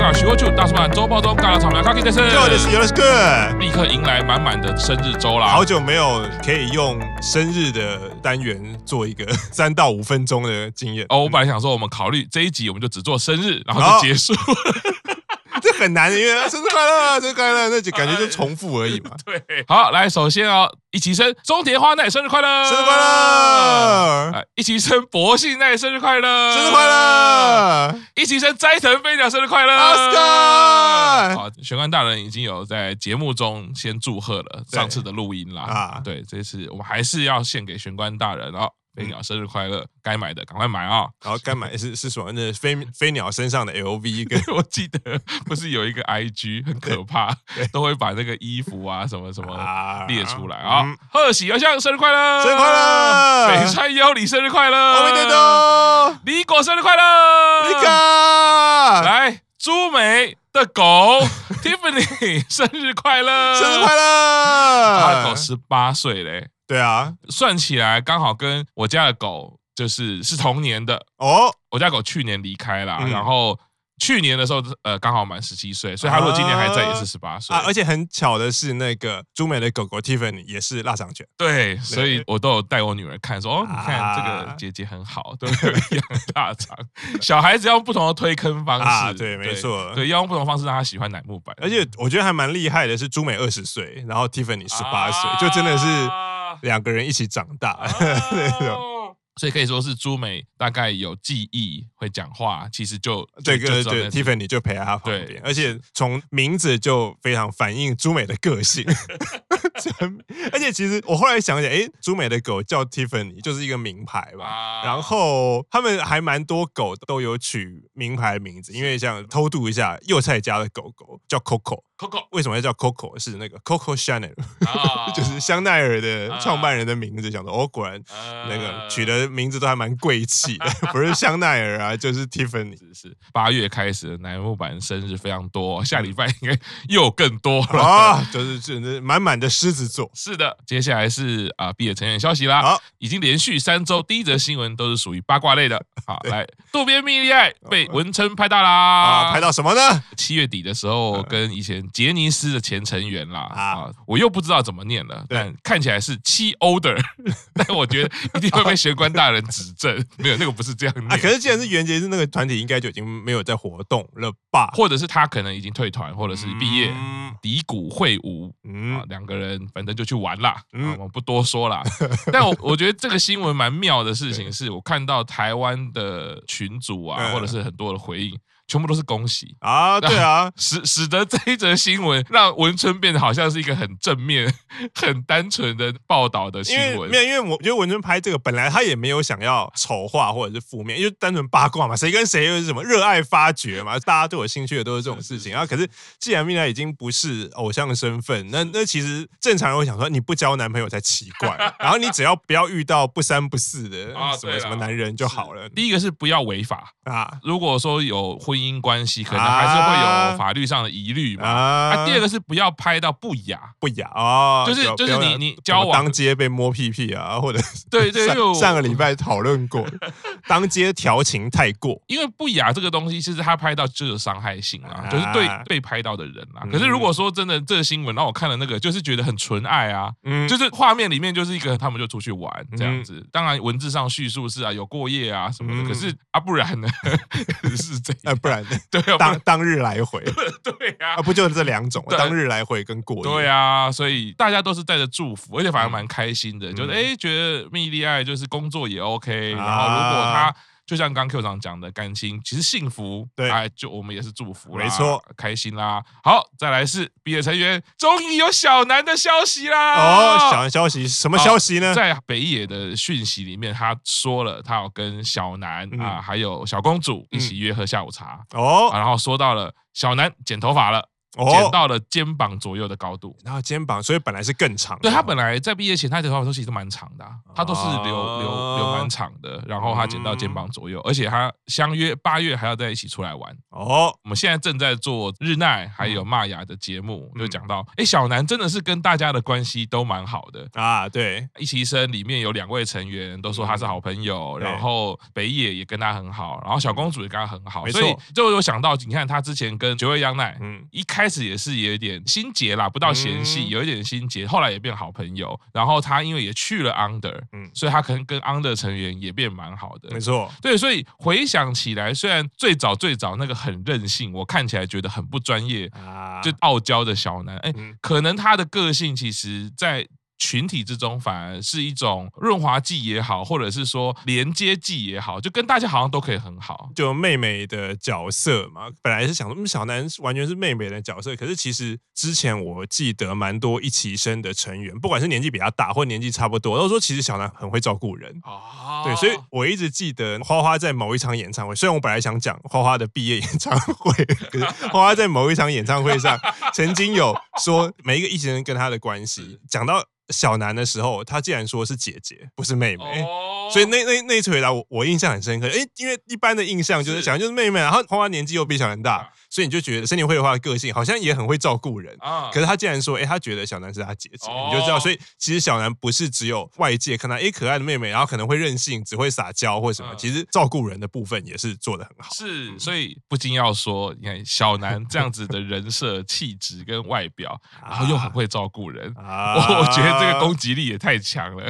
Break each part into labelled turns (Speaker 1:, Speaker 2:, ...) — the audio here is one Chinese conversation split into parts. Speaker 1: が仕事中大叔版周报中嘎啦草莓 Kaki です。
Speaker 2: 这就是有的是个，
Speaker 1: 立刻迎来满满的生日周啦！
Speaker 2: 好久没有可以用生日的单元做一个 三到五分钟的经验
Speaker 1: 哦，我本来想说，我们考虑这一集我们就只做生日，然后就结束。
Speaker 2: 这很难，因为生日快乐，生日快乐，那就感觉就重复而 已嘛。
Speaker 1: 对， 好，来，首先哦，一起生中田花奈生日快乐，
Speaker 2: 生日快！乐，
Speaker 1: 哎，一起生博信奈生日快乐，
Speaker 2: 生日快！乐，
Speaker 1: 一起生斋藤飞鸟生日快乐
Speaker 2: 奥斯卡
Speaker 1: 好，玄关大人已经有在节目中先祝贺了
Speaker 2: 对
Speaker 1: 上次的录音啦。
Speaker 2: 啊
Speaker 1: 对，这次我们还是要献给玄关大人哦，飞鸟生日快乐，该买的赶快买啊、
Speaker 2: 然后该买是是什么？那飞飞鸟身上的 LV 跟
Speaker 1: 我记得不是有一个 IG 很可怕，都会把那个衣服啊什么什么
Speaker 2: 啊
Speaker 1: 列出来啊
Speaker 2: 嗯。
Speaker 1: 贺喜遥相生日快乐，
Speaker 2: 生日快 乐
Speaker 1: 北川优里生日快乐，
Speaker 2: 我们的都，
Speaker 1: 李果生日快乐，
Speaker 2: 你 看，
Speaker 1: 来朱美的狗 Tiffany 生日快乐，
Speaker 2: 生日快
Speaker 1: 他的狗
Speaker 2: 乐，
Speaker 1: 十八岁嘞，
Speaker 2: 对啊，
Speaker 1: 算起来刚好跟我家的狗就是是同年的，
Speaker 2: 哦，
Speaker 1: 我家狗去年离开啦，
Speaker 2: 嗯
Speaker 1: 然后去年的时候，呃，刚好满十七岁，所以它如果今年还在，也是十八岁
Speaker 2: 啊，而且很巧的是，那个朱美的狗狗 Tiffany 也是腊肠犬，
Speaker 1: 对，所以我都有带我女儿看，说哦，你看
Speaker 2: 啊
Speaker 1: 这个姐姐很好，都有养大肠。 小孩子要用不同的推坑方
Speaker 2: 啊
Speaker 1: 式，
Speaker 2: 对没错
Speaker 1: 对，要用不同的方式让他喜欢乃木坂，
Speaker 2: 而且我觉得还蛮厉害的，是朱美二十岁，然后 Tiffany 十八岁，就真的是
Speaker 1: 啊
Speaker 2: 两个人一起长大 那种。
Speaker 1: 哦所以可以说是朱美大概有记忆，会讲话，其实就
Speaker 2: 对
Speaker 1: 就就
Speaker 2: 对
Speaker 1: 知道
Speaker 2: 对
Speaker 1: 那
Speaker 2: ，Tiffany 就陪在他旁
Speaker 1: 对
Speaker 2: 边，而且从名字就非常反映朱美的个性。 而且其实我后来想想，诶，朱美的狗叫 Tiffany 就是一个名牌吧。
Speaker 1: 啊
Speaker 2: 然后他们还蛮多狗都有取名牌的名字，因为像偷渡一下幼菜家的狗狗叫 Coco，
Speaker 1: Coco
Speaker 2: 为什么要叫 Coco？是那个 Coco Chanel，、
Speaker 1: 啊
Speaker 2: 就是香奈儿的
Speaker 1: 啊
Speaker 2: 创办人的名字，想说哦，果然
Speaker 1: 那
Speaker 2: 那个取的名字都还蛮贵气的， 不是香奈儿啊，就是 Tiffany。
Speaker 1: 是是，八月开始楠木板生日非常多，下礼拜应该又更多了。
Speaker 2: 啊，就是就是满满的狮子座。
Speaker 1: 是的，接下来是啊毕业成员消息啦。
Speaker 2: 好，
Speaker 1: 已经连续三周第一则新闻都是属于八卦类的。好，来，渡边蜜莉爱被文琛拍到啦，
Speaker 2: 啊，拍到什么呢？
Speaker 1: 七月底的时候跟以前杰尼斯的前成员啦
Speaker 2: 嗯啊
Speaker 1: 啊，我又不知道怎么念了，
Speaker 2: 对
Speaker 1: 但看起来是七 older，但 我觉得一定会被玄关大人指正，没有那个不是这样念。
Speaker 2: 啊，可是既然是袁杰是那个团体，应该就已经没有在活动了吧？
Speaker 1: 或者是他可能已经退团，或者是毕业。
Speaker 2: 嗯
Speaker 1: 底谷会吾啊
Speaker 2: 嗯，，
Speaker 1: 两个人反正就去玩啦，
Speaker 2: 嗯
Speaker 1: 啊我们不多说 啦。但我我觉得这个新闻蛮妙的事情是，我看到台湾的群主啊，
Speaker 2: 嗯
Speaker 1: 或者是很多的回应，全部都是恭喜，
Speaker 2: 啊，对啊，
Speaker 1: 使使得这一则新闻让文春变得好像是一个很正面、 很单纯的报道的新
Speaker 2: 因为
Speaker 1: 闻
Speaker 2: 没。有，因为我觉得文春拍这个本来他也没有想要丑化或者是负面，因为单纯八卦嘛，谁跟谁又是什么热爱发掘嘛，大家对我兴趣的都是这种事
Speaker 1: 嗯
Speaker 2: 情啊。可是既然蜜来已经不是偶像身份，那那其实正常人会想说，你不交男朋友才奇怪， 然后你只要不要遇到不三不四的
Speaker 1: 啊
Speaker 2: 什么
Speaker 1: 对啦
Speaker 2: 什么男人就好了
Speaker 1: 第一个是不要违法，
Speaker 2: 啊
Speaker 1: 如果说有婚姻关系，可能
Speaker 2: 啊
Speaker 1: 还是会有法律上的疑虑嘛。啊，
Speaker 2: 啊
Speaker 1: 第二个是不要拍到不雅，
Speaker 2: 不雅哦，
Speaker 1: 就是
Speaker 2: 不要
Speaker 1: 就是
Speaker 2: 不要
Speaker 1: 你你
Speaker 2: 什么
Speaker 1: 交往
Speaker 2: 当街被摸屁屁啊，或者是
Speaker 1: 对对，因为
Speaker 2: 上
Speaker 1: 我
Speaker 2: 上个礼拜讨论 过，当街调情太过，
Speaker 1: 因为不雅这个东西，其实他拍到就有伤害性啦，
Speaker 2: 啊
Speaker 1: 就是对被拍到的人啦。
Speaker 2: 嗯
Speaker 1: 可是如果说真的，这个新闻让我看了那个，就是觉得很纯爱啊，
Speaker 2: 嗯
Speaker 1: 就是画面里面就是一个他们就出去玩这样子。当然文字上叙述是啊，有过夜啊什么的，
Speaker 2: 嗯
Speaker 1: 可是啊不然呢是这
Speaker 2: 呃，
Speaker 1: 样
Speaker 2: 不然呢
Speaker 1: 对啊，
Speaker 2: 当当日来回
Speaker 1: 不然对啊
Speaker 2: 啊，。不就这两种，
Speaker 1: 对
Speaker 2: 当日来回跟过夜。
Speaker 1: 对
Speaker 2: 啊，
Speaker 1: 啊，所以大家都是带着祝福，而且反而
Speaker 2: 嗯
Speaker 1: 蛮开心的，就是哎、诶觉得蜜莉爱就是工作也 OK，、
Speaker 2: 啊
Speaker 1: 然后如果他就像刚 Q 长讲的，感情其实幸福，
Speaker 2: 对
Speaker 1: 哎，就我们也是祝福啦，
Speaker 2: 没错，
Speaker 1: 开心啦。好，再来是毕业成员，终于有小南的消息啦！
Speaker 2: 哦，小的消息，什么消息呢？
Speaker 1: 在北野的讯息里面，他说了，他要跟小南、
Speaker 2: 嗯
Speaker 1: 啊，还有小公主一起约喝下午茶、
Speaker 2: 哦
Speaker 1: 啊，然后说到了小南剪头发了。剪到了肩膀左右的高度。
Speaker 2: 然后肩膀，所以本来是更长的。
Speaker 1: 对他本来在毕业前，他的头发都其实蛮长的啊、
Speaker 2: 哦
Speaker 1: 他都是留留留蛮长的，然后他剪到肩膀左右，
Speaker 2: 嗯
Speaker 1: 而且他相约八月还要在一起出来玩。
Speaker 2: 哦，
Speaker 1: 我们现在正在做日奈还有玛雅的节目，
Speaker 2: 嗯
Speaker 1: 就讲到，哎，小南真的是跟大家的关系都蛮好的。
Speaker 2: 啊，对，
Speaker 1: 一期生里面有两位成员都说他是好朋友，
Speaker 2: 嗯对
Speaker 1: 然后北野也跟他很好，然后小公主也跟他很好，
Speaker 2: 没错
Speaker 1: 所以就有想到，你看他之前跟九尾央奈。
Speaker 2: 嗯，
Speaker 1: 一开始也是有一点心结啦，不到嫌隙，
Speaker 2: 嗯
Speaker 1: 有一点心结，后来也变好朋友。然后他因为也去了 Under，
Speaker 2: 嗯
Speaker 1: 所以他可能跟 Under 成员也变蛮好的
Speaker 2: 没。错，
Speaker 1: 对，所以回想起来，虽然最早最早那个很任性，我看起来觉得很不专业，
Speaker 2: 啊，
Speaker 1: 就傲娇的小男，哎、
Speaker 2: 嗯
Speaker 1: 可能他的个性其实，在群体之中反而是一种润滑剂也好，或者是说连接剂也好，就跟大家好像都可以很好。
Speaker 2: 就妹妹的角色嘛，本来是想说，嗯，小南完全是妹妹的角色，可是其实之前我记得蛮多一起生的成员，不管是年纪比较大或年纪差不多，都说其实小南很会照顾人。
Speaker 1: 哦
Speaker 2: 对，所以我一直记得花花在某一场演唱会，虽然我本来想讲花花的毕业演唱会，可是花花在某一场演唱 会上曾经有说每一个艺人跟他的关系，讲到小南的时候，他竟然说是姐姐，不是妹妹。
Speaker 1: 哦
Speaker 2: 所以那那那一次回答我我印象很深刻，诶，因为一般的印象就是
Speaker 1: 是
Speaker 2: 小南就是妹妹啊，然后花花年纪又比小南大
Speaker 1: 啊，
Speaker 2: 所以你就觉得森田绘花的个性好像也很会照顾人，
Speaker 1: 啊
Speaker 2: 可是他竟然说，哎、他觉得小南是他姐姐，
Speaker 1: 哦
Speaker 2: 你就知道，所以其实小南不是只有外界看到，哎、可爱的妹妹，然后可能会任性，只会撒娇或什么，
Speaker 1: 嗯
Speaker 2: 其实照顾人的部分也是做得很好。
Speaker 1: 是，所以不禁要说，你看小南这样子的人设、气质跟外表，然后又很会照顾人，
Speaker 2: 啊
Speaker 1: 我我觉得这个攻击力也太强了。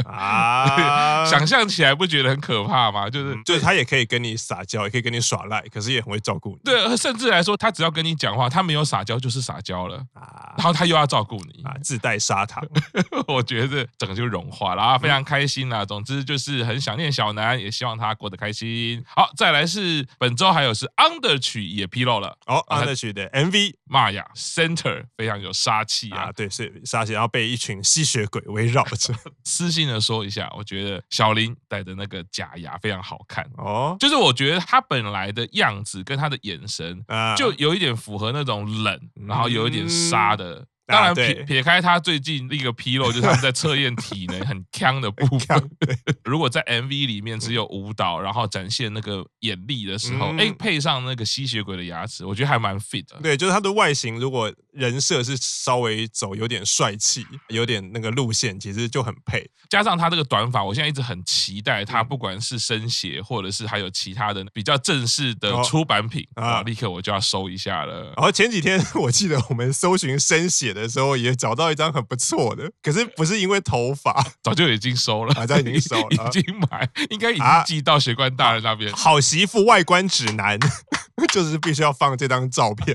Speaker 2: 啊
Speaker 1: 想象起来不觉得很可怕吗？就是
Speaker 2: 嗯就是他也可以跟你撒娇，也可以跟你耍赖，可是也很会照顾你。
Speaker 1: 对，甚至来说，他只要跟你讲话，他没有撒娇就是撒娇了，
Speaker 2: 啊
Speaker 1: 然后他又要照顾你，
Speaker 2: 啊，自带砂糖。
Speaker 1: 我觉得整个就融化了啊，非常开心啦。总之就是很想念小南，也希望他过得开心。好，再来是本周还有是 Under 曲也披露了
Speaker 2: 哦，
Speaker 1: 啊
Speaker 2: 安德曲的 MV
Speaker 1: 玛雅 Center 非常有杀气啊
Speaker 2: 啊，，对，是沙姐，然后被一群吸血鬼围绕 着。
Speaker 1: 私信的说一下，我觉得小林戴的那个假牙非常好看，
Speaker 2: 哦，
Speaker 1: 就是我觉得他本来的样子跟他的眼神，
Speaker 2: 啊，
Speaker 1: 就有一点符合那种冷，
Speaker 2: 嗯啊
Speaker 1: 然后有一点沙的。当然，
Speaker 2: 对
Speaker 1: 撇撇开他最近一个纰漏，就是他们在测验体能很强的部分。 如果在 MV 里面只有舞蹈，然后展现那个眼力的时候，
Speaker 2: 嗯
Speaker 1: 哎，配上那个吸血鬼的牙齿，我觉得还蛮 fit 的。
Speaker 2: 对，就是他的外形，如果人设是稍微走有点帅气，有点那个路线，其实就很配。
Speaker 1: 加上他这个短发，我现在一直很期待他，
Speaker 2: 嗯
Speaker 1: 不管是生写，或者是还有其他的比较正式的
Speaker 2: 哦
Speaker 1: 出版品
Speaker 2: 啊
Speaker 1: 啊，立刻我就要收一下了。
Speaker 2: 然后前几天 我记得我们搜寻生写的时候，也找到一张很不错的，可是不是因为头发，
Speaker 1: 早就已经收了，
Speaker 2: 啊早已经收了
Speaker 1: 已经买，应该已经
Speaker 2: 啊
Speaker 1: 寄到学官大人那边。
Speaker 2: 好媳妇外观指南 就是必须要放这张照片。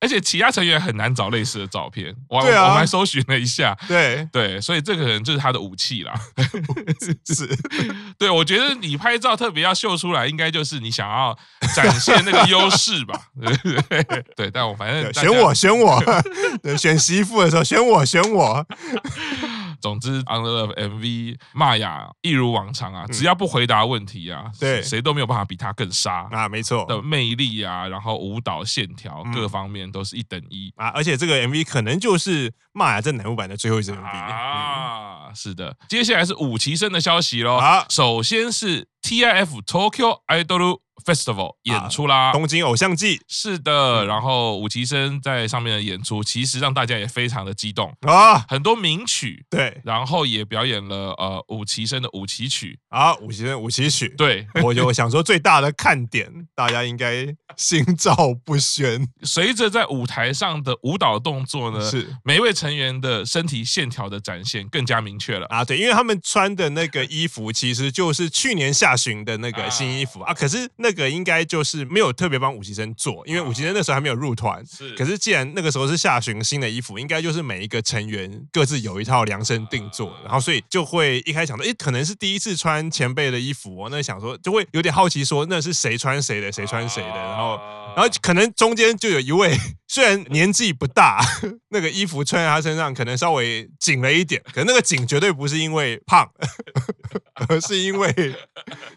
Speaker 1: 而且其他成员很难找类似的照片，我
Speaker 2: 对啊
Speaker 1: 我们还搜寻了一下，
Speaker 2: 对，
Speaker 1: 对，所以这个可能就是他的武器啦。
Speaker 2: 是
Speaker 1: 对，我觉得你拍照特别要秀出来，应该就是你想要展现那个优势吧。 对对，但我反正
Speaker 2: 对
Speaker 1: 嗯大
Speaker 2: 选
Speaker 1: 家
Speaker 2: 我，选我， 对选媳妇的时候选我，选我。
Speaker 1: 总之，On the Love MV 玛雅一如往常啊，只要不回答问题啊，
Speaker 2: 嗯对
Speaker 1: 谁都没有办法比他更杀
Speaker 2: 啊，没错。
Speaker 1: 的魅力啊，然后舞蹈线条
Speaker 2: 嗯
Speaker 1: 各方面都是一等一。
Speaker 2: 啊，而且这个 MV 可能就是玛雅在南部版的最后一支 MV。嗯
Speaker 1: 啊，是的，接下来是五期生的消息喽。
Speaker 2: 好
Speaker 1: 首先是 TIF Tokyo Idol Festival 演出啦。
Speaker 2: 啊东嗯京偶像季
Speaker 1: 是的，然后五期生在上面的演出，其实让大家也非常的激动，
Speaker 2: 啊，
Speaker 1: 很多名曲，
Speaker 2: 对，
Speaker 1: 然后也表演了呃五期生的五期曲。
Speaker 2: 啊，五期生五期曲，
Speaker 1: 对，
Speaker 2: 我就想说最大的看点，大家应该心照不宣，
Speaker 1: 随着在舞台上的舞蹈动作呢，
Speaker 2: 是
Speaker 1: 每位成员的身体线条的展现更加明确了。
Speaker 2: 啊，对，因为他们穿的那个衣服其实就是去年下旬的那个新衣服啊，可是那个应该就是没有特别帮五期生做，因为五期生那时候还没有入团。
Speaker 1: 是
Speaker 2: 可是既然那个时候是下旬新的衣服，应该就是每一个成员各自有一套量身定做，然后所以就会一开始想到，诶，可能是第一次穿前辈的衣服、哦，那想说就会有点好奇说那是谁穿谁的，谁穿谁
Speaker 1: 啊
Speaker 2: 的，然后然后可能中间就有一位，虽然年纪不大， 那个衣服穿在他身上可能稍微紧了一点，可那个紧绝对不是因为胖， 而是因为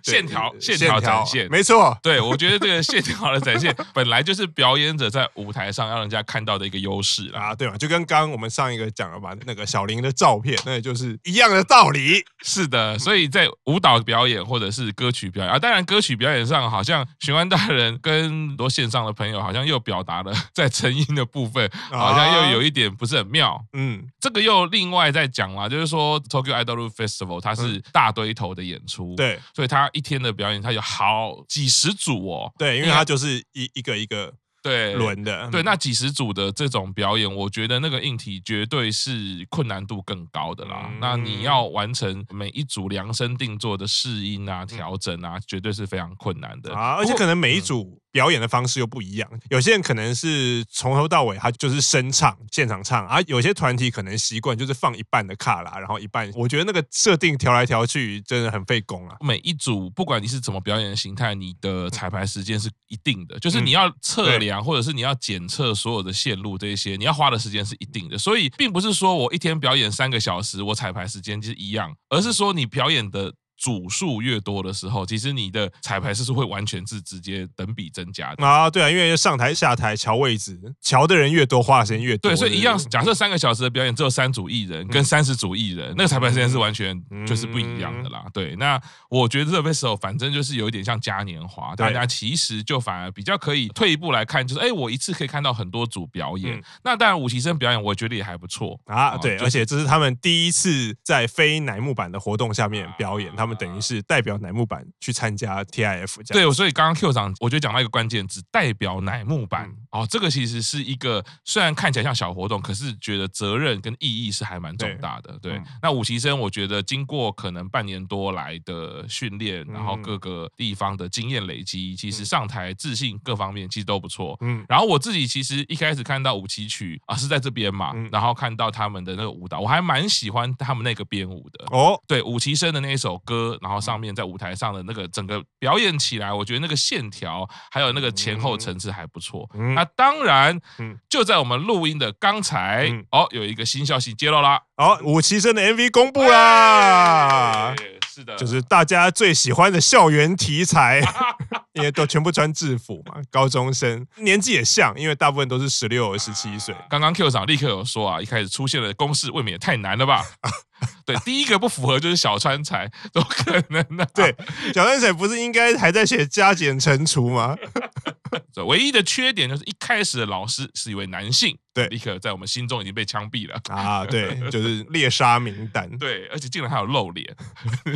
Speaker 1: 线条
Speaker 2: 对
Speaker 1: 线条展现
Speaker 2: 没错，
Speaker 1: 对，我觉得这个线条的展现本来就是表演者在舞台上让人家看到的一个优势啦。
Speaker 2: 啊，对嘛，就跟刚刚我们上一个讲了嘛，那个小林的照片，那也就是一样的道理。
Speaker 1: 是的，所以在舞蹈表演或者是歌曲表演啊，当然歌曲表演上，好像玄关大人跟很多线上的朋友好像又表达了在成因的部分，
Speaker 2: 啊
Speaker 1: 好像又有一点不是很妙。
Speaker 2: 嗯，
Speaker 1: 这个又另外再讲啦，就是说 Tokyo Idol Festival 它是大堆头的演出，，
Speaker 2: 嗯对
Speaker 1: 所以它一天的表演它有好几十组哦，
Speaker 2: 对，因为它就是一一个一个
Speaker 1: 对，
Speaker 2: 轮的，
Speaker 1: 对，那几十组的这种表演，我觉得那个硬体绝对是困难度更高的啦。
Speaker 2: 嗯
Speaker 1: 那你要完成每一组量身定做的试音啊、调整啊，绝对是非常困难的。
Speaker 2: 啊，而且
Speaker 1: 不过嗯
Speaker 2: 可能每一组表演的方式又不一样，有些人可能是从头到尾他就是声唱，现场唱啊，有些团体可能习惯就是放一半的卡拉，然后一半，我觉得那个设定调来调去真的很费工啊。
Speaker 1: 每一组，不管你是怎么表演的形态，你的彩排时间是一定的，就是你要测量或者是你要检测所有的线路这一些，你要花的时间是一定的。所以，并不是说我一天表演三个小时，我彩排时间就是一样，而是说你表演的。组数越多的时候，其实你的彩排次数会完全是直接等比增加的。
Speaker 2: 啊，对啊，因为上台下台瞧位置，瞧的人越多，花的时嗯间越多。
Speaker 1: 对，所以一样，
Speaker 2: 对不对
Speaker 1: 假设三个小时的表演只有三组艺人跟三十组艺人，那个彩排时间是完全
Speaker 2: 嗯
Speaker 1: 就是不一样的啦。对，那我觉得这 vessel 反正就是有一点像嘉年华，
Speaker 2: 对
Speaker 1: 大家其实就反而比较可以退一步来看，就是哎，我一次可以看到很多组表演
Speaker 2: 嗯。
Speaker 1: 那当然，武其生表演我觉得也还不错。
Speaker 2: 啊，
Speaker 1: 哦
Speaker 2: 对，
Speaker 1: 就是
Speaker 2: 而且这是他们第一次在非乃木坂的活动下面表演，他们等于是代表乃木坂去参加 TIF 这
Speaker 1: 啊
Speaker 2: 样。
Speaker 1: 对，所以刚刚 Q 长，我觉得讲到一个关键字，代表乃木坂、
Speaker 2: 嗯
Speaker 1: 哦，这个其实是一个虽然看起来像小活动，可是觉得责任跟意义是还蛮重大的。对，
Speaker 2: 嗯
Speaker 1: 那武崎生，我觉得经过可能半年多来的训练，然后
Speaker 2: 嗯
Speaker 1: 各个地方的经验累积，其实上台自信各方面其实都不错。
Speaker 2: 嗯，
Speaker 1: 然后我自己其实一开始看到舞旗曲啊是在这边嘛，
Speaker 2: 嗯
Speaker 1: 然后看到他们的那个舞蹈，我还蛮喜欢他们那个编舞的。
Speaker 2: 哦，
Speaker 1: 对武崎生的那一首歌，然后
Speaker 2: 嗯
Speaker 1: 上面在舞台上的那个整个表演起来，我觉得那个线条还有那个前后层次还不错。
Speaker 2: 嗯
Speaker 1: 那，当然
Speaker 2: 嗯，
Speaker 1: 就在我们录音的刚才
Speaker 2: 嗯，
Speaker 1: 哦，有一个新消息揭露啦，
Speaker 2: 好，武崎生的 MV 公布啦
Speaker 1: 哎，，是 的，
Speaker 2: 就是大家最喜欢的校园题材， 因为都全部穿制服嘛，高中生年纪也像，因为大部分都是十六、十七岁。
Speaker 1: 刚刚 Q 长立刻有说啊，一开始出现了公式，未免也太难了 吧？对，第一个不符合就是小川才，怎么可能呢、
Speaker 2: 对，小山水不是应该还在学加减乘除吗？
Speaker 1: 对，唯一的缺点就是一开始的老师是一位男性，
Speaker 2: 对
Speaker 1: 立刻在我们心中已经被枪毙了。
Speaker 2: 啊，对，就是猎杀名单。
Speaker 1: 对，而且竟然还有露脸。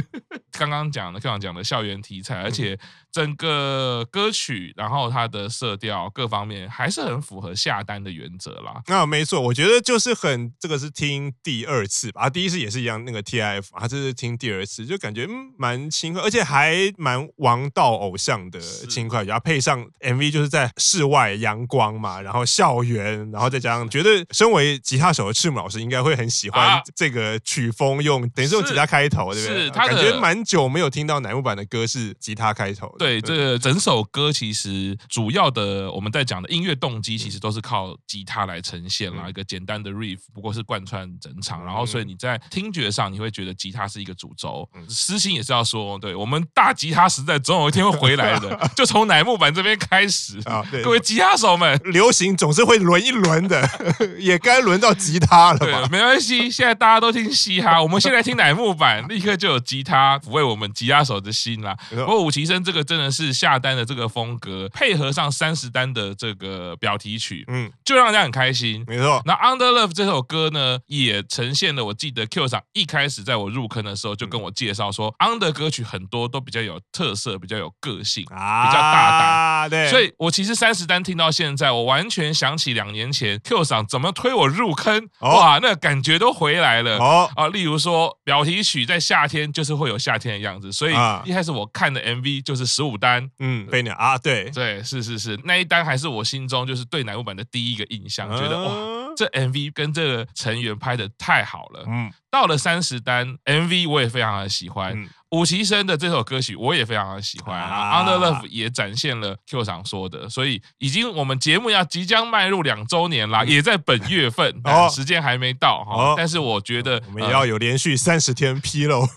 Speaker 1: 刚刚讲的，刚刚讲的校园题材，而且整个歌曲，然后它的色调各方面还是很符合下单的原则啦。
Speaker 2: 那、没错，我觉得就是很这个是听第二次吧，啊，第一次也是一样，那个 TIF，啊，这是听第二次，就感觉嗯蛮轻快，而且还蛮王道偶像的
Speaker 1: 是
Speaker 2: 轻快，然后配上 MV 就是在室外阳光嘛，然后校园，然后再加上觉得身为吉他手的赤木老师应该会很喜欢
Speaker 1: 啊
Speaker 2: 这个曲风用，等于是用
Speaker 1: 是
Speaker 2: 吉他开头，对不对？
Speaker 1: 是他
Speaker 2: 感
Speaker 1: 的
Speaker 2: 觉蛮久没有听到乃木坂的歌是吉他开头的，
Speaker 1: 对，这个整首歌其实主要的我们在讲的音乐动机，其实都是靠吉他来呈现啦。
Speaker 2: 嗯
Speaker 1: 一个简单的 riff，不过是贯穿整场，然后所以你在听觉上你会觉得吉他是一个主轴。私心也是要说，对我们大吉他时代总有一天会回来的，就从乃木坂这边开始
Speaker 2: 啊对
Speaker 1: 各位吉他手们。
Speaker 2: 流行总是会轮一轮的， 也该轮到吉他了
Speaker 1: 对啊
Speaker 2: 吧，？
Speaker 1: 没关系，现在大家都听嘻 哈，我们现在听乃木坂，立刻就有吉他抚慰我们吉他手的心啦。
Speaker 2: 没错
Speaker 1: 不过武崎生这个真的是下单的这个风格，配合上三十单的这个表题曲，
Speaker 2: 嗯，
Speaker 1: 就让人家很开心。
Speaker 2: 没错。
Speaker 1: 那《Under Love》这首歌呢，也呈现了我记得 Q 上一开始在我入坑的时候就跟我介绍说，Under 歌曲很多都比较有特色，比较有个性。
Speaker 2: 啊
Speaker 1: 比较大
Speaker 2: 胆，对，
Speaker 1: 所以，我其实三十单听到现在，我完全想起两年前 Q 赏怎么推我入坑，
Speaker 2: 哦
Speaker 1: 哇，那感觉都回来了。
Speaker 2: 哦，
Speaker 1: 啊，例如说表题曲在夏天就是会有夏天的样子，所以
Speaker 2: 啊
Speaker 1: 一开始我看的 MV 就是十五单，
Speaker 2: 嗯，飞鸟啊，对，
Speaker 1: 对，是是是，那一单还是我心中就是对乃木坂的第一个印象，觉得哇，
Speaker 2: 嗯，
Speaker 1: 这 MV 跟这个成员拍的太好了。
Speaker 2: 嗯，
Speaker 1: 到了三十单 MV 我也非常的喜欢
Speaker 2: 嗯，
Speaker 1: 武崎生的这首歌曲我也非常的喜欢
Speaker 2: 啊
Speaker 1: 啊，Under Love 也展现了 Q 厂说的，所以已经我们节目要即将迈入两周年啦，也在本月份，
Speaker 2: 嗯哦
Speaker 1: 时间还没到哈，
Speaker 2: 哦
Speaker 1: 但是我觉得
Speaker 2: 我们
Speaker 1: 呃哦
Speaker 2: 也要有连续三十天披露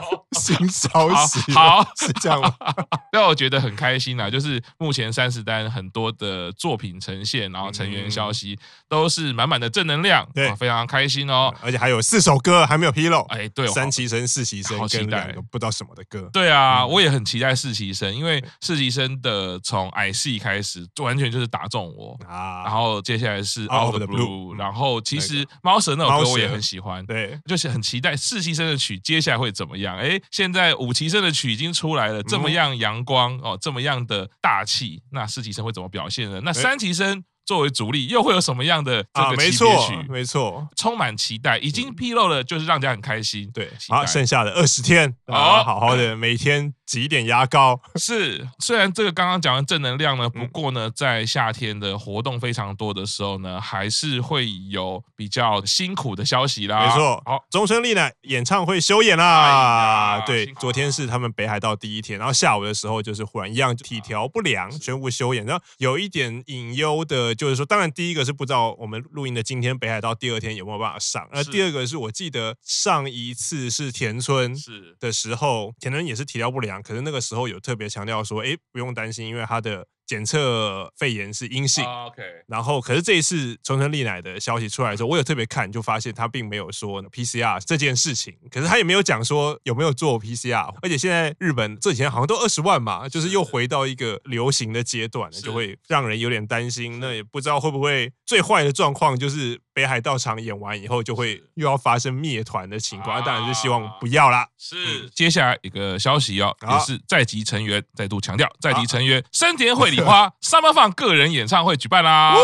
Speaker 2: 新消息，
Speaker 1: 好好
Speaker 2: 是这 样吗？
Speaker 1: 让我觉得很开心啊！就是目前三十单很多的作品呈现，然后成员消息都是满满的正能量，
Speaker 2: 嗯对
Speaker 1: 啊非常开心哦。
Speaker 2: 而且还有四首歌还没有披露，
Speaker 1: 哎，对哦，
Speaker 2: 三旗嗯生、四旗生
Speaker 1: 好期
Speaker 2: 跟
Speaker 1: 待
Speaker 2: 两个不知道什么的歌，
Speaker 1: 对啊，我也很期待实习生，因为实习生的从 I C 开始，完全就是打中我。
Speaker 2: 啊，
Speaker 1: 然后接下来是
Speaker 2: Out
Speaker 1: Out
Speaker 2: of
Speaker 1: of
Speaker 2: the
Speaker 1: the
Speaker 2: Blue，
Speaker 1: Blue，
Speaker 2: 嗯
Speaker 1: 然后其
Speaker 2: 那
Speaker 1: 实猫神那首
Speaker 2: 猫
Speaker 1: 歌我也
Speaker 2: 神
Speaker 1: 很喜欢，
Speaker 2: 对，
Speaker 1: 就是很期待实习生的曲接下来会怎么样。哎，现在五期生的曲已经出来
Speaker 2: 嗯
Speaker 1: 了，这么样阳光哦，这么样的大气，那实习生会怎么表现呢？那三期生作为主力又会有什么样的这
Speaker 2: 啊，
Speaker 1: 个级
Speaker 2: 没
Speaker 1: 别
Speaker 2: 错
Speaker 1: 曲，？
Speaker 2: 没错，
Speaker 1: 充满期待，已经披露了，就是让人家很开心。
Speaker 2: 对，
Speaker 1: 期
Speaker 2: 好，
Speaker 1: 待
Speaker 2: 剩下的二十天，啊，
Speaker 1: 好
Speaker 2: 好好的，每天挤一点牙膏，
Speaker 1: 是，虽然这个刚刚讲完正能量呢，
Speaker 2: 嗯
Speaker 1: 不过呢，在夏天的活动非常多的时候呢，还是会有比较辛苦的消息啦。
Speaker 2: 没错
Speaker 1: 啊好，
Speaker 2: 终身丽呢演唱会休演啦
Speaker 1: 哎，呀
Speaker 2: 对
Speaker 1: 辛，苦了
Speaker 2: 昨天是他们北海道第一天，然后下午的时候就是忽然一样体调不良，宣布休演，然后有一点隐忧的就是说，当然第一个是不知道我们录音的今天北海道第二天有没有办法上，那
Speaker 1: 是
Speaker 2: 第二个是我记得上一次是田村。
Speaker 1: 是
Speaker 2: 的时候，田人也是体调不良，可是那个时候有特别强调说，哎，不用担心，因为他的检测肺炎是阴性。
Speaker 1: 啊 OK，
Speaker 2: 然后，可是这一次重生丽乃的消息出来的时候，我有特别看，就发现他并没有说 PCR 这件事情，可是他也没有讲说有没有做 PCR，而且现在日本这几天好像都二十万嘛，就是又回到一个流行的阶段了，
Speaker 1: 是
Speaker 2: 就会让人有点担心。那也不知道会不会最坏的状况就是北海道场演完以后，就会
Speaker 1: 是
Speaker 2: 又要发生灭团的情况，
Speaker 1: 啊
Speaker 2: 当然是希望不要啦。
Speaker 1: 是、嗯接下来一个消息哦，
Speaker 2: 好
Speaker 1: 也是在籍成员再度强调，在籍成员山田惠里花 Summer Fun 个人演唱会举办啦。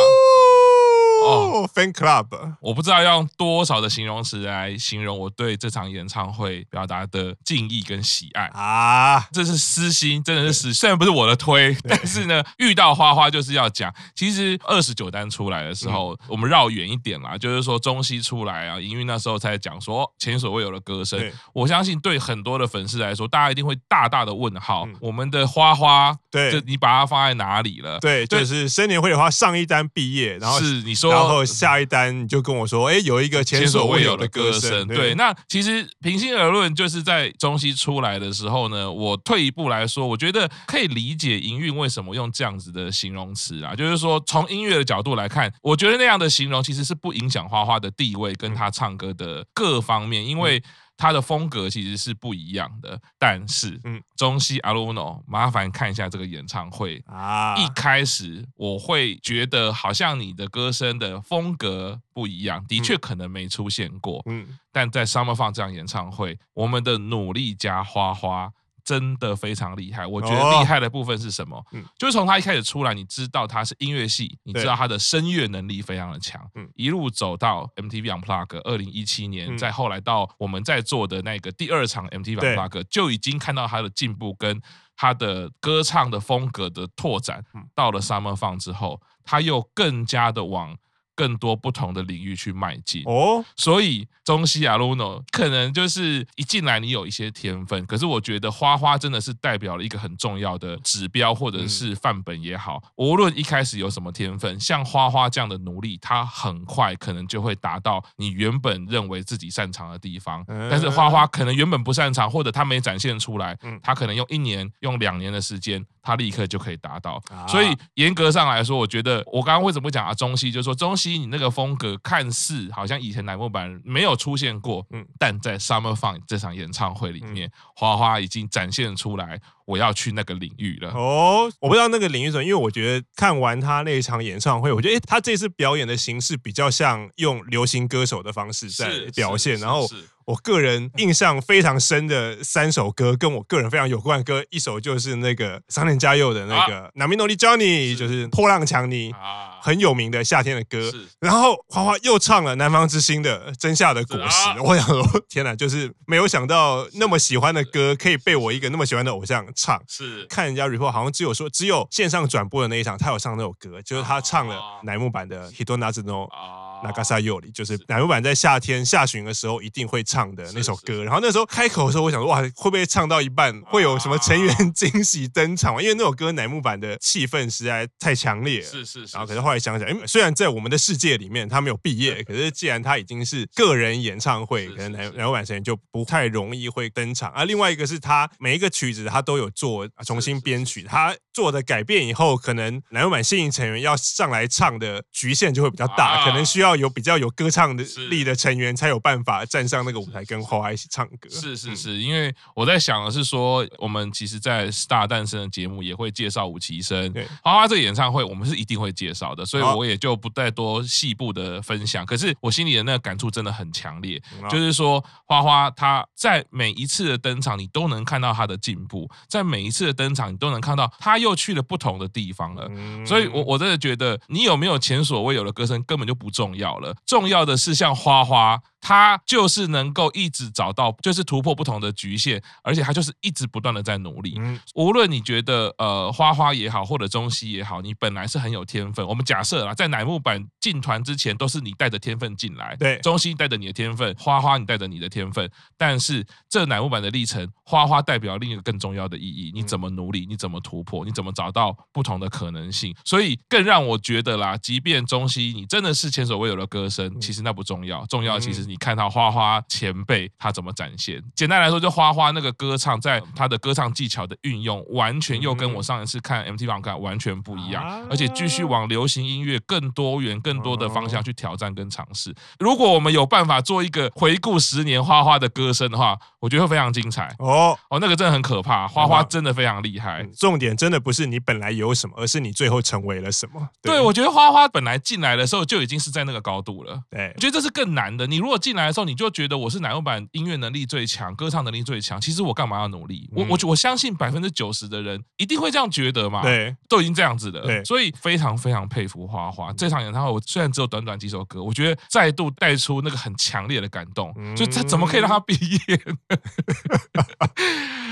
Speaker 2: 哦，Fan Club，
Speaker 1: 我不知道要用多少的形容词来形容我对这场演唱会表达的敬意跟喜爱。
Speaker 2: 啊，
Speaker 1: 这是私心，真的是私。虽然不是我的推，但是 呢，遇到花花就是要讲。其实二十九单出来的时
Speaker 2: 嗯
Speaker 1: 候，我们绕远一点啦，就是说中西出来啊，因为那时候才讲说哦前所未有的歌声
Speaker 2: 对。
Speaker 1: 我相信对很多的粉丝来说，大家一定会大大的问号
Speaker 2: 嗯：
Speaker 1: 我们的花花，
Speaker 2: 对
Speaker 1: 这你把它放在哪里了？
Speaker 2: 对，就
Speaker 1: 对
Speaker 2: 是生年会的话，上一单毕业，然后
Speaker 1: 是你说，
Speaker 2: 然后下一单你就跟我说，哎，有一个前
Speaker 1: 前
Speaker 2: 所
Speaker 1: 所
Speaker 2: 未
Speaker 1: 未
Speaker 2: 有
Speaker 1: 有
Speaker 2: 的
Speaker 1: 的
Speaker 2: 歌
Speaker 1: 歌
Speaker 2: 声，
Speaker 1: 声。对，，那其实平心而论，就是在中西出来的时候呢，我退一步来说，我觉得可以理解营运为什么用这样子的形容词啊，就是说从音乐的角度来看，我觉得那样的形容其实是不影响花花的地位
Speaker 2: 嗯
Speaker 1: 跟他唱歌的各方面，因为。他的风格其实是不一样的，但是，
Speaker 2: 嗯
Speaker 1: 嗯，中西阿鲁诺，麻烦看一下这个演唱会，
Speaker 2: 啊，
Speaker 1: 一开始我会觉得好像你的歌声的风格不一样，的确可能没出现过，
Speaker 2: 嗯，
Speaker 1: 但在 Summer Fun 这样演唱会，我们的努力加花花。真的非常厉害，我觉
Speaker 2: 哦
Speaker 1: 得厉害的部分是什么？
Speaker 2: 嗯
Speaker 1: 就是从他一开始出来，你知道他是音乐系，你
Speaker 2: 对
Speaker 1: 知道他的声乐能力非常的强，
Speaker 2: 嗯
Speaker 1: 一路走到 MTV Unplug 二零一七年，
Speaker 2: 嗯
Speaker 1: 再后来到我们在做的那个第二场 MTV
Speaker 2: 对
Speaker 1: Unplug，就已经看到他的进步跟他的歌唱的风格的拓展。
Speaker 2: 嗯
Speaker 1: 到了 Summer Fun 之后，他又更加的往更多不同的领域去迈进。
Speaker 2: 哦，
Speaker 1: 所以中西亚 Luno 可能就是一进来你有一些天分，可是我觉得花花真的是代表了一个很重要的指标或者是范本也好，无论一开始有什么天分，像花花这样的努力，他很快可能就会达到你原本认为自己擅长的地方。
Speaker 2: 嗯
Speaker 1: 但是花花可能原本不擅长，或者他没展现出来
Speaker 2: 嗯，
Speaker 1: 他可能用一年、用两年的时间，他立刻就可以达到。
Speaker 2: 啊
Speaker 1: 所以严格上来说，我觉得我刚刚为什么讲啊中西，就是说中西你那个风格看似好像以前乃木坂没有出现过，
Speaker 2: 嗯
Speaker 1: 嗯，但在 Summer Fun 这场演唱会里面，花花已经展现出来我要去那个领域了。
Speaker 2: 哦，我不知道那个领域什么，因为我觉得看完他那一场演唱会，我觉得哎，诶他这次表演的形式比较像用流行歌手的方式在
Speaker 1: 是
Speaker 2: 表现，
Speaker 1: 是
Speaker 2: 然后
Speaker 1: 是是
Speaker 2: 我个人印象非常深的三首歌，跟我个人非常有关的歌，一首就是那个桑田佳佑的那个《南米诺利 Johnny》，
Speaker 1: 是
Speaker 2: 就是破浪强尼，
Speaker 1: 啊，
Speaker 2: 很有名的夏天的歌
Speaker 1: 是。
Speaker 2: 然后花花又唱了《南方之星》的呃《真夏的果实
Speaker 1: 是啊》，
Speaker 2: 我想说， 天哪，就是没有想到那么喜欢的歌，可以被我一个那么喜欢的偶像唱。
Speaker 1: 是
Speaker 2: 看人家 report 好像只有说，只有线上转播的那一场，他有唱那首歌，就是他唱了
Speaker 1: 啊
Speaker 2: 乃木坂的《Hidonazno
Speaker 1: 啊啊
Speaker 2: 那嘎萨尤里，就是乃木坂在夏天下旬的时候一定会唱的那首歌。然后那时候开口的时候，我想说，哇，会不会唱到一半会有什么成
Speaker 1: 啊
Speaker 2: 员 惊喜登场啊？因为那首歌乃木坂的气氛实在太强烈了。
Speaker 1: 是是是，
Speaker 2: 然后可是后来想想，哎，虽然在我们的世界里面他没有毕业，可是既然他已经是个人演唱会，
Speaker 1: 是
Speaker 2: 可能
Speaker 1: 是
Speaker 2: 南
Speaker 1: 是
Speaker 2: 南晚神就不太容易会登场啊。另外一个是他每一个曲子他都有做啊重新编曲，他做的改变以后，可能南晚新营成员要上来唱的局限就会比较大，
Speaker 1: 啊
Speaker 2: 可能需要有比较有歌唱的
Speaker 1: 是
Speaker 2: 力的成员才有办法站上那个舞台跟花花一起唱歌。
Speaker 1: 是是
Speaker 2: 嗯
Speaker 1: 是，因为我在想的是说，我们其实，在《大诞生》的节目也会介绍武崎生
Speaker 2: 对、
Speaker 1: 花花这个演唱会，我们是一定会介绍的，所以
Speaker 2: 好啊
Speaker 1: 我也就不再多细部的分享。可是我心里的那个感触真的很强烈，
Speaker 2: 嗯啊
Speaker 1: 就是说花花她在每一次的登场，你都能看到她的进步，在每一次的登场，你都能看到她又去了不同的地方了。
Speaker 2: 嗯
Speaker 1: 所以我，我真的觉得你有没有前所未有的歌声根本就不重要了，重要的是像花花，她就是能够一直找到，就是突破不同的局限，而且她就是一直不断的在努力。
Speaker 2: 嗯
Speaker 1: 无论你觉得呃花花也好，或者中西也好，你本来是很有天分。我们假设啦，在乃木坂进团之前，都是你带着天分进来，
Speaker 2: 对
Speaker 1: 中西带着你的天分，花花你带着你的天分。但是这乃木坂的历程，花花代表另一个更重要的意
Speaker 2: 嗯
Speaker 1: 义，你怎么努力，你怎么突破，你怎么找到不同的可能性。所以更让我觉得啦，即便中西你真的是前所未有的歌
Speaker 2: 嗯
Speaker 1: 声，其实那不重要，重要其实你看到花花前辈他怎么展现。简单来说，就花花那个歌唱，在
Speaker 2: 嗯
Speaker 1: 他的歌唱技巧的运用，完全又跟我上一次看 MT 网看完全不一样
Speaker 2: 啊，
Speaker 1: 而且继续往流行音乐更多元、更多的
Speaker 2: 哦
Speaker 1: 方向去挑战跟尝试。如果我们有办法做一个回顾十年花花的歌声的话，我觉得会非常精彩。
Speaker 2: 哦。
Speaker 1: 哦，那个真的很可怕，花花真的非常厉害
Speaker 2: 嗯。重点真的不是你本来有什么，而是你最后成为了什么。
Speaker 1: 对，我觉得花花本来进来的时候就已经是在那个高度了。
Speaker 2: 对
Speaker 1: 我，觉得这是更难的。你如果进来的时候，你就觉得我是奶油版音乐能力最强，歌唱能力最强，其实我干嘛要努力？我
Speaker 2: 嗯
Speaker 1: 我我相信百分之九十的人一定会这样觉得嘛。，
Speaker 2: 对，
Speaker 1: 都已经这样子了
Speaker 2: 对，
Speaker 1: 所以非常非常佩服花
Speaker 2: 嗯
Speaker 1: 花这场演唱会。我虽然只有短短几首歌，我觉得再度带出那个很强烈的感动，
Speaker 2: 嗯
Speaker 1: 就他怎么可以让他毕业？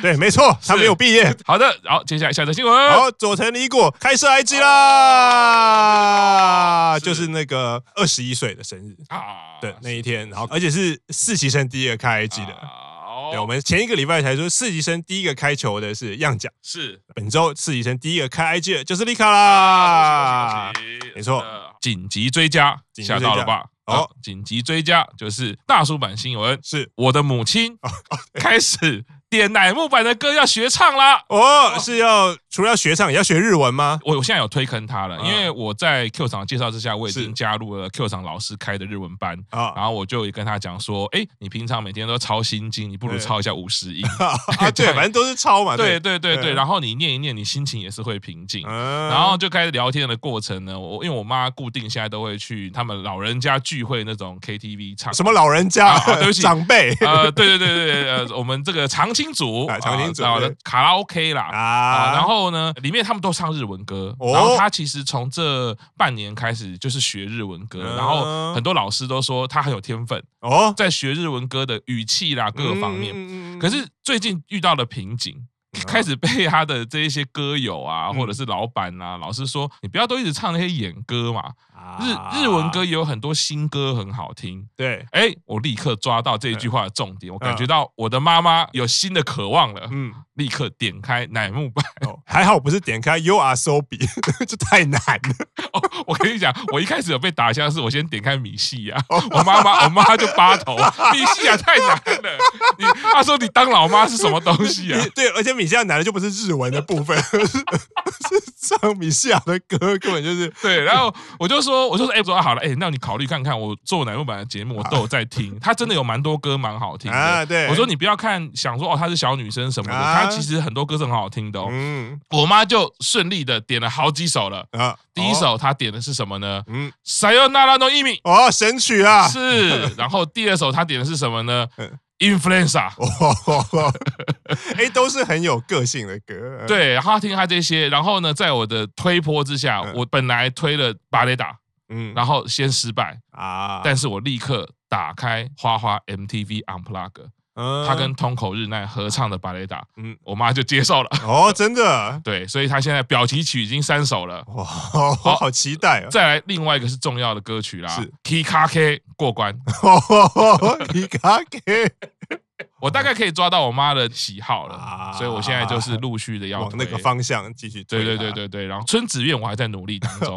Speaker 2: 对，没错，他
Speaker 1: 是
Speaker 2: 没有毕业。
Speaker 1: 好的，好，接下来下则新闻。
Speaker 2: 好，佐藤李果开设 IG 啦，
Speaker 1: 是
Speaker 2: 就是那个二十一岁的生日
Speaker 1: 啊啊
Speaker 2: 的那一天，然后而且是四期生第一个开 IG 的。
Speaker 1: 好
Speaker 2: 对，我们前一个礼拜才说四期生第一个开球的是样奖，
Speaker 1: 是
Speaker 2: 本周四期生第一个开 IG 的就是丽卡啦。
Speaker 1: 恭喜恭喜恭喜
Speaker 2: 啊没错
Speaker 1: 是的紧急追加，
Speaker 2: 紧急
Speaker 1: 吓
Speaker 2: 追加哦
Speaker 1: 到了吧？
Speaker 2: 好
Speaker 1: 好，紧急追加就是大叔版新闻，
Speaker 2: 是
Speaker 1: 我的母亲
Speaker 2: 哦
Speaker 1: 开始点乃木坂的歌要学唱啦。
Speaker 2: 哦，是要除了要学唱，也要学日文吗？
Speaker 1: 我我现在有推坑他了，
Speaker 2: 啊
Speaker 1: 因为我在 Q 厂的介绍之下，我已
Speaker 2: 是
Speaker 1: 经加入了 Q 厂老师开的日文班，
Speaker 2: 啊
Speaker 1: 然后我就也跟他讲说，哎，你平常每天都抄心经，你不如
Speaker 2: 对
Speaker 1: 抄一下五十音。
Speaker 2: 啊，对，反正都是抄嘛。
Speaker 1: 对，对对对，
Speaker 2: 啊对
Speaker 1: 然后你念一念，你心情也是会平静。
Speaker 2: 嗯
Speaker 1: 然后就开始聊天的过程呢，我因为我妈固定现在都会去他们老人家聚会那种 KTV 唱。
Speaker 2: 什么老人家
Speaker 1: 啊对不起
Speaker 2: 长辈
Speaker 1: 呃，对对对对对，呃，我们这个长青组，
Speaker 2: 啊长青组
Speaker 1: 啊然后
Speaker 2: 对
Speaker 1: 卡拉 OK 啦。啊，
Speaker 2: 啊
Speaker 1: 然后呢，里面他们都唱日文歌，
Speaker 2: 哦
Speaker 1: 然后他其实从这半年开始就是学日文歌，
Speaker 2: 嗯
Speaker 1: 然后很多老师都说他很有天分，
Speaker 2: 哦，
Speaker 1: 在学日文歌的语气啦各方
Speaker 2: 嗯
Speaker 1: 面。
Speaker 2: 面
Speaker 1: 可是最近遇到了瓶颈，开始被他的这一些歌友啊，或者是老板啊、老师说，你不要都一直唱那些演歌嘛，
Speaker 2: 啊
Speaker 1: 日日文歌也有很多新歌很好听。
Speaker 2: 对，
Speaker 1: 哎，我立刻抓到这一句话的重点，我感觉到我的妈妈有新的渴望了，
Speaker 2: 嗯，
Speaker 1: 立刻点开乃木坂。
Speaker 2: 哦还好不是点开 U R So B，这太 难了。
Speaker 1: 哦，我跟你讲，我一开始有被打下，是我先点开米西亚， 我妈妈，我妈就八头，米西亚太难了。你她说你当老妈是什么东西啊？
Speaker 2: 对，而且米夏难的就不是日文的部分， 是是唱米夏的歌，根本就是
Speaker 1: 对，然后我就说，我就说，哎、我说、啊好了，哎、那你考虑看看，我做乃木坂的节目，我都有在听，他真的有蛮多歌蛮好听的。
Speaker 2: 啊，对，
Speaker 1: 我说你不要看，想说哦，她是小女生什么的，
Speaker 2: 啊
Speaker 1: 她其实很多歌是很好听的哦。
Speaker 2: 嗯
Speaker 1: 我妈就顺利的点了好几首了。
Speaker 2: 啊，
Speaker 1: 第一
Speaker 2: 哦，
Speaker 1: 首她点的是什么呢？
Speaker 2: 嗯，
Speaker 1: Sayonara no Imi
Speaker 2: 哦，神曲啊，
Speaker 1: 是，然后第二首她点的是什么呢
Speaker 2: 嗯
Speaker 1: ？Influenza。
Speaker 2: 哦， 哎，都是很有个性的歌，，
Speaker 1: 对，然后她听她这些，然后呢，在我的推波之下，
Speaker 2: 嗯
Speaker 1: 我本来推了巴雷达，
Speaker 2: 嗯
Speaker 1: 然后先失败，
Speaker 2: 啊，
Speaker 1: 但是我立刻打开花花 MTV Unplug，
Speaker 2: 嗯
Speaker 1: 他跟通口日奈合唱的《巴雷达》，
Speaker 2: 嗯
Speaker 1: 我妈就接受了。
Speaker 2: 哦，真的
Speaker 1: 对，所以他现在表题曲已经三首了。
Speaker 2: 哇，我好期待 啊！
Speaker 1: 再来另外一个是重要的歌曲啦
Speaker 2: 是
Speaker 1: ，K 卡 K 过 关，
Speaker 2: 皮哦卡给
Speaker 1: 我大概可以抓到我妈的喜好
Speaker 2: 啊
Speaker 1: 了，所以我现在就是陆续的要
Speaker 2: 往
Speaker 1: 推
Speaker 2: 那个。方向继续
Speaker 1: 对
Speaker 2: 推
Speaker 1: 对
Speaker 2: 啊
Speaker 1: 对
Speaker 2: 它
Speaker 1: 对对，然后春子苑我还在努力当 中，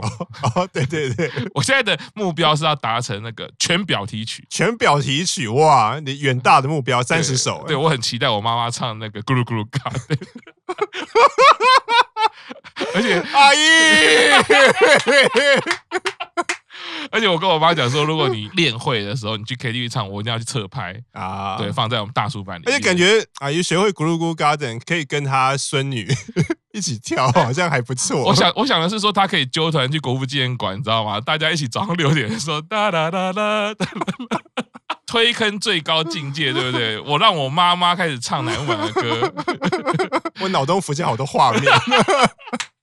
Speaker 2: 哦，对对对，
Speaker 1: 我现在的目标是要达成那个全表题曲。
Speaker 2: 全表题曲哇，你远大的目标三十首，哎
Speaker 1: 对我很期待我妈妈唱那个咕噜咕噜嘎，对而且
Speaker 2: 哎阿 姨，
Speaker 1: 而且我跟我妈讲说，如果你练会的时候，你去 KTV 唱，我一定要去侧拍，
Speaker 2: 啊，
Speaker 1: 对，，放在我们大叔版里
Speaker 2: 而
Speaker 1: 面。
Speaker 2: 且感觉阿姨学会咕噜咕 garden，可以跟她孙女 一起跳，好像还不错。
Speaker 1: 我想，我想的是说，他可以揪团去国父纪念馆，你知道吗？ 大家一起早上六点的时候，哒哒哒哒 哒哒哒，推坑最高境界，对不 对？我让我妈妈开始唱南婉的歌。
Speaker 2: 我脑中浮现好多画面，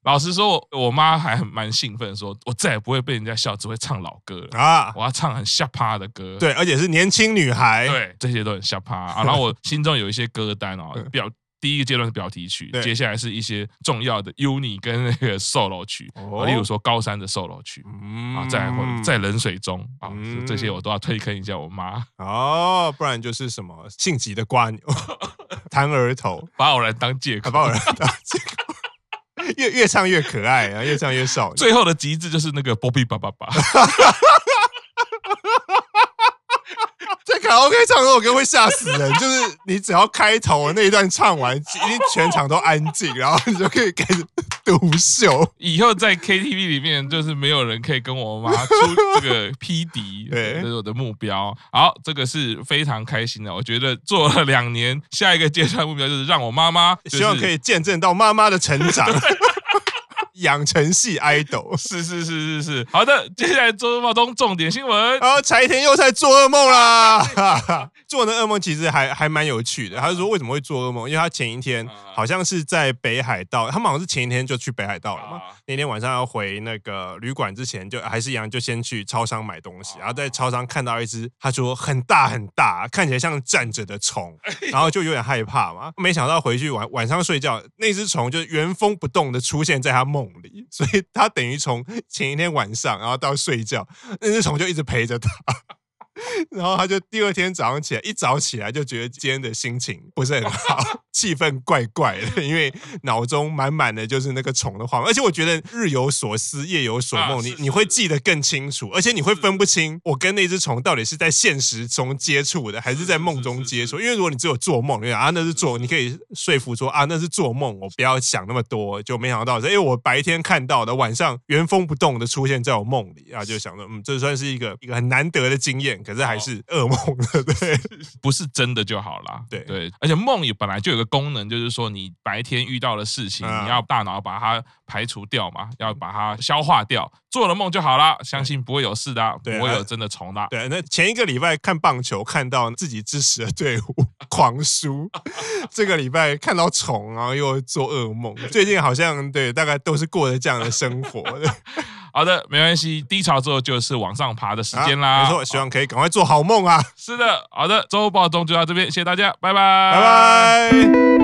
Speaker 1: 老实说，我我妈还很蛮兴奋，说我再也不会被人家笑，只会唱老歌了。
Speaker 2: 啊，
Speaker 1: 我要唱很下趴的歌。。
Speaker 2: 对，而且是年轻女孩，
Speaker 1: 对，哎这些都很下趴啊。然后我心中有一些歌单 哦
Speaker 2: 对，
Speaker 1: 表第一个阶段是表题曲
Speaker 2: 对，
Speaker 1: 接下来是一些重要的 uni 跟那个 solo 曲，
Speaker 2: 哦
Speaker 1: 啊例如说高三的 solo 曲。
Speaker 2: 嗯
Speaker 1: 啊，在在冷水中啊，
Speaker 2: 嗯
Speaker 1: 这些我都要推坑一下我妈，
Speaker 2: 哦，不然就是什么性急的瓜牛、 弹额头，
Speaker 1: 把偶然当借
Speaker 2: 还
Speaker 1: 口。
Speaker 2: 把我人 打结果 越越唱越可爱啊，越唱越少女。
Speaker 1: 最后的极致就是那个 Bobby 爸爸 爸，
Speaker 2: 在卡拉 OK 唱这首歌会吓死人，就是你只要开头那一段唱完，已经全场都安静，然后你就可以开始独秀。
Speaker 1: 以后在 KTV 里面就是没有人可以跟我 妈出这个匹敌，
Speaker 2: 对
Speaker 1: 这是我的目标。好，这个是非常开心的，我觉得做了两年，下一个阶段目标就是让我妈妈，就是
Speaker 2: 希望可以见证到妈妈的成 长，养成系 idol。
Speaker 1: 是是是是是，好的，接下来周报中重点新闻。
Speaker 2: 然后柴田又在做噩梦啦，哈哈 做的噩梦其实还还蛮有趣的。他就说为什么会做噩梦，因为他前一天好像是在北海道，他们好像是前一天就去北海道了嘛。
Speaker 1: 啊
Speaker 2: 那天晚上要回那个旅馆之前，就还是一样，就先去超商买东西，
Speaker 1: 啊
Speaker 2: 然后在超商看到一只，他说很大很大，看起来像站着的虫，然后就有点害怕嘛。没想到回去晚晚上睡觉，那只虫就原封不动的出现在他梦里，所以他等于从前一天晚上，然后到睡觉，那只虫就一直陪着他。 然后他就第二天早上起来，一早起来就觉得今天的心情不是很好， 气氛怪怪的，因为脑中满满的就是那个虫的画面。而且我觉得日有所思，夜有所梦，
Speaker 1: 啊
Speaker 2: 你
Speaker 1: 是
Speaker 2: 你会记得更清楚，而且你会分不清我跟那只虫到底是在现实中接触的，还是在梦中接触。因为如果你只有做梦，你想啊那是做，你可以说服说啊那是做梦，我不要想那么多。就没想到是，哎，我白天看到的，晚上原封不动的出现在我梦里啊，就想说，嗯，这算是一个一个很难得的经验，可是还是
Speaker 1: 哦
Speaker 2: 噩梦了，对。
Speaker 1: 不是真的就好啦。
Speaker 2: 对
Speaker 1: 对，而且梦也本来就有个功能，就是说你白天遇到的事情，
Speaker 2: 啊
Speaker 1: 你要大脑把它排除掉嘛，要把它消化掉，做了梦就好啦，相信不会有事的啊，不
Speaker 2: 对
Speaker 1: 会
Speaker 2: 啊
Speaker 1: 有真的虫的啊。
Speaker 2: 对，那前一个礼拜看棒球，看到自己支持的队伍 狂输，这个礼拜看到虫，然后又做噩梦。最近好像对，大概都是过着这样的生活的。
Speaker 1: 好的，没关系，低潮之后就是往上爬的时间啦。
Speaker 2: 啊没错，希望可以赶快做好梦啊！
Speaker 1: 是的，好的，周报中就到这边，谢谢大家，拜拜，
Speaker 2: 拜拜。